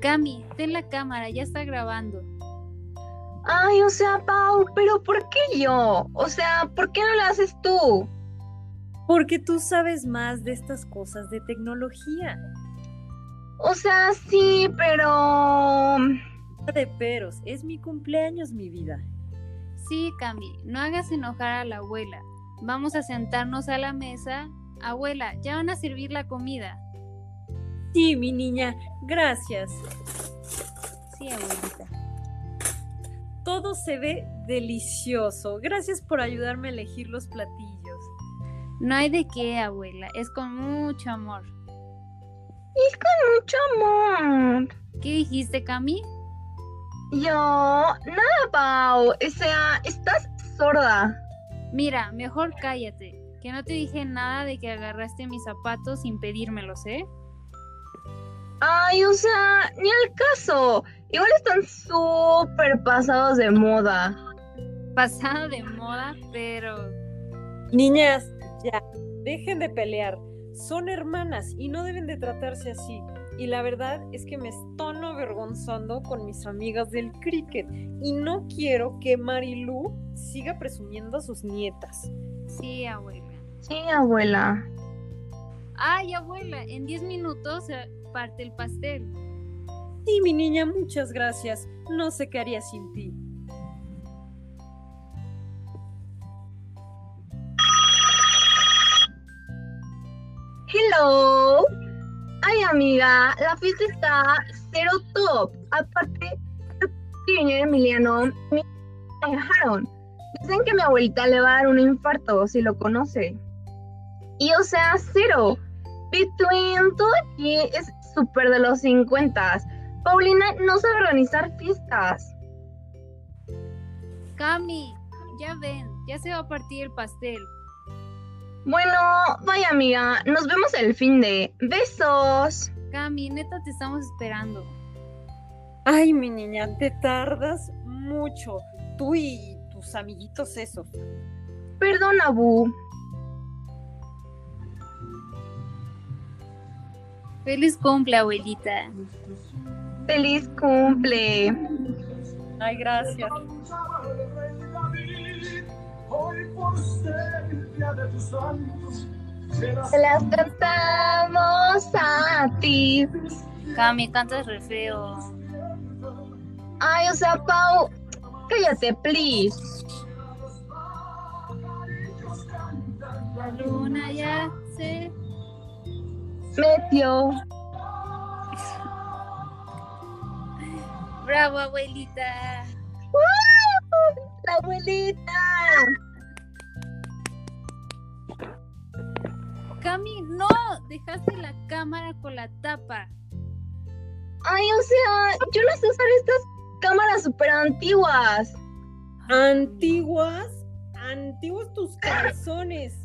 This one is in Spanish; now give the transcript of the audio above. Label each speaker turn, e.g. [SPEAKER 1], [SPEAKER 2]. [SPEAKER 1] Cami, ten la cámara, ya está grabando.
[SPEAKER 2] Ay, o sea, Pau, pero ¿por qué yo? O sea, ¿por qué no lo haces tú?
[SPEAKER 3] Porque tú sabes más de estas cosas de tecnología.
[SPEAKER 2] O sea, sí, pero...
[SPEAKER 3] De peros, es mi cumpleaños, mi vida.
[SPEAKER 1] Sí, Cami, no hagas enojar a la abuela. Vamos a sentarnos a la mesa. Abuela, ya van a servir la comida.
[SPEAKER 3] Sí, mi niña, gracias.
[SPEAKER 1] Sí, abuelita.
[SPEAKER 3] Todo se ve delicioso. Gracias por ayudarme a elegir los platillos.
[SPEAKER 1] No hay de qué, abuela. Es con mucho amor.
[SPEAKER 2] Es con mucho amor.
[SPEAKER 1] ¿Qué dijiste, Cami?
[SPEAKER 2] Yo, nada, Pau. O sea, estás sorda.
[SPEAKER 1] Mira, mejor cállate, que no te dije nada de que agarraste mis zapatos sin pedírmelos, ¿eh?
[SPEAKER 2] Ay, o sea, ni al caso. Igual están súper pasados de moda.
[SPEAKER 1] Pasado de moda, pero...
[SPEAKER 3] Niñas, ya, dejen de pelear. Son hermanas y no deben de tratarse así. Y la verdad es que me estoy avergonzando con mis amigas del cricket. Y no quiero que Marilú siga presumiendo a sus nietas.
[SPEAKER 1] Sí, abuela.
[SPEAKER 2] Sí, abuela.
[SPEAKER 1] Ay, abuela, en 10 minutos se parte el pastel.
[SPEAKER 3] Sí, mi niña, muchas gracias. No sé qué haría sin ti.
[SPEAKER 2] Hello. Ay, amiga, la fiesta está cero top. Aparte, el pequeño Emiliano me dejaron. Dicen que mi abuelita le va a dar un infarto si lo conoce. Y o sea, cero. Between todo aquí es súper de los 50. Paulina no sabe organizar fiestas.
[SPEAKER 1] Cami, ya ven, ya se va a partir el pastel.
[SPEAKER 2] Bueno, vaya amiga, nos vemos el fin de. Besos.
[SPEAKER 1] Cami, neta, te estamos esperando.
[SPEAKER 3] Ay, mi niña, te tardas mucho. Tú y tus amiguitos esos.
[SPEAKER 2] Perdona, Bu.
[SPEAKER 1] Feliz cumple, abuelita.
[SPEAKER 2] Feliz cumple.
[SPEAKER 3] Ay, gracias.
[SPEAKER 4] Hoy por ser el día de tus santos, serás
[SPEAKER 2] Se las cantamos a ti.
[SPEAKER 1] Cami, cantas re feo.
[SPEAKER 2] Ay, o sea, Pau, cállate, please.
[SPEAKER 1] La luna ya se...
[SPEAKER 2] Metió.
[SPEAKER 1] Bravo, abuelita.
[SPEAKER 2] ¡Woo! La abuelita.
[SPEAKER 1] Cami, no, dejaste la cámara con la tapa.
[SPEAKER 2] Ay, o sea, yo no sé usar estas cámaras súper antiguas.
[SPEAKER 3] Antiguas, antiguos tus calzones.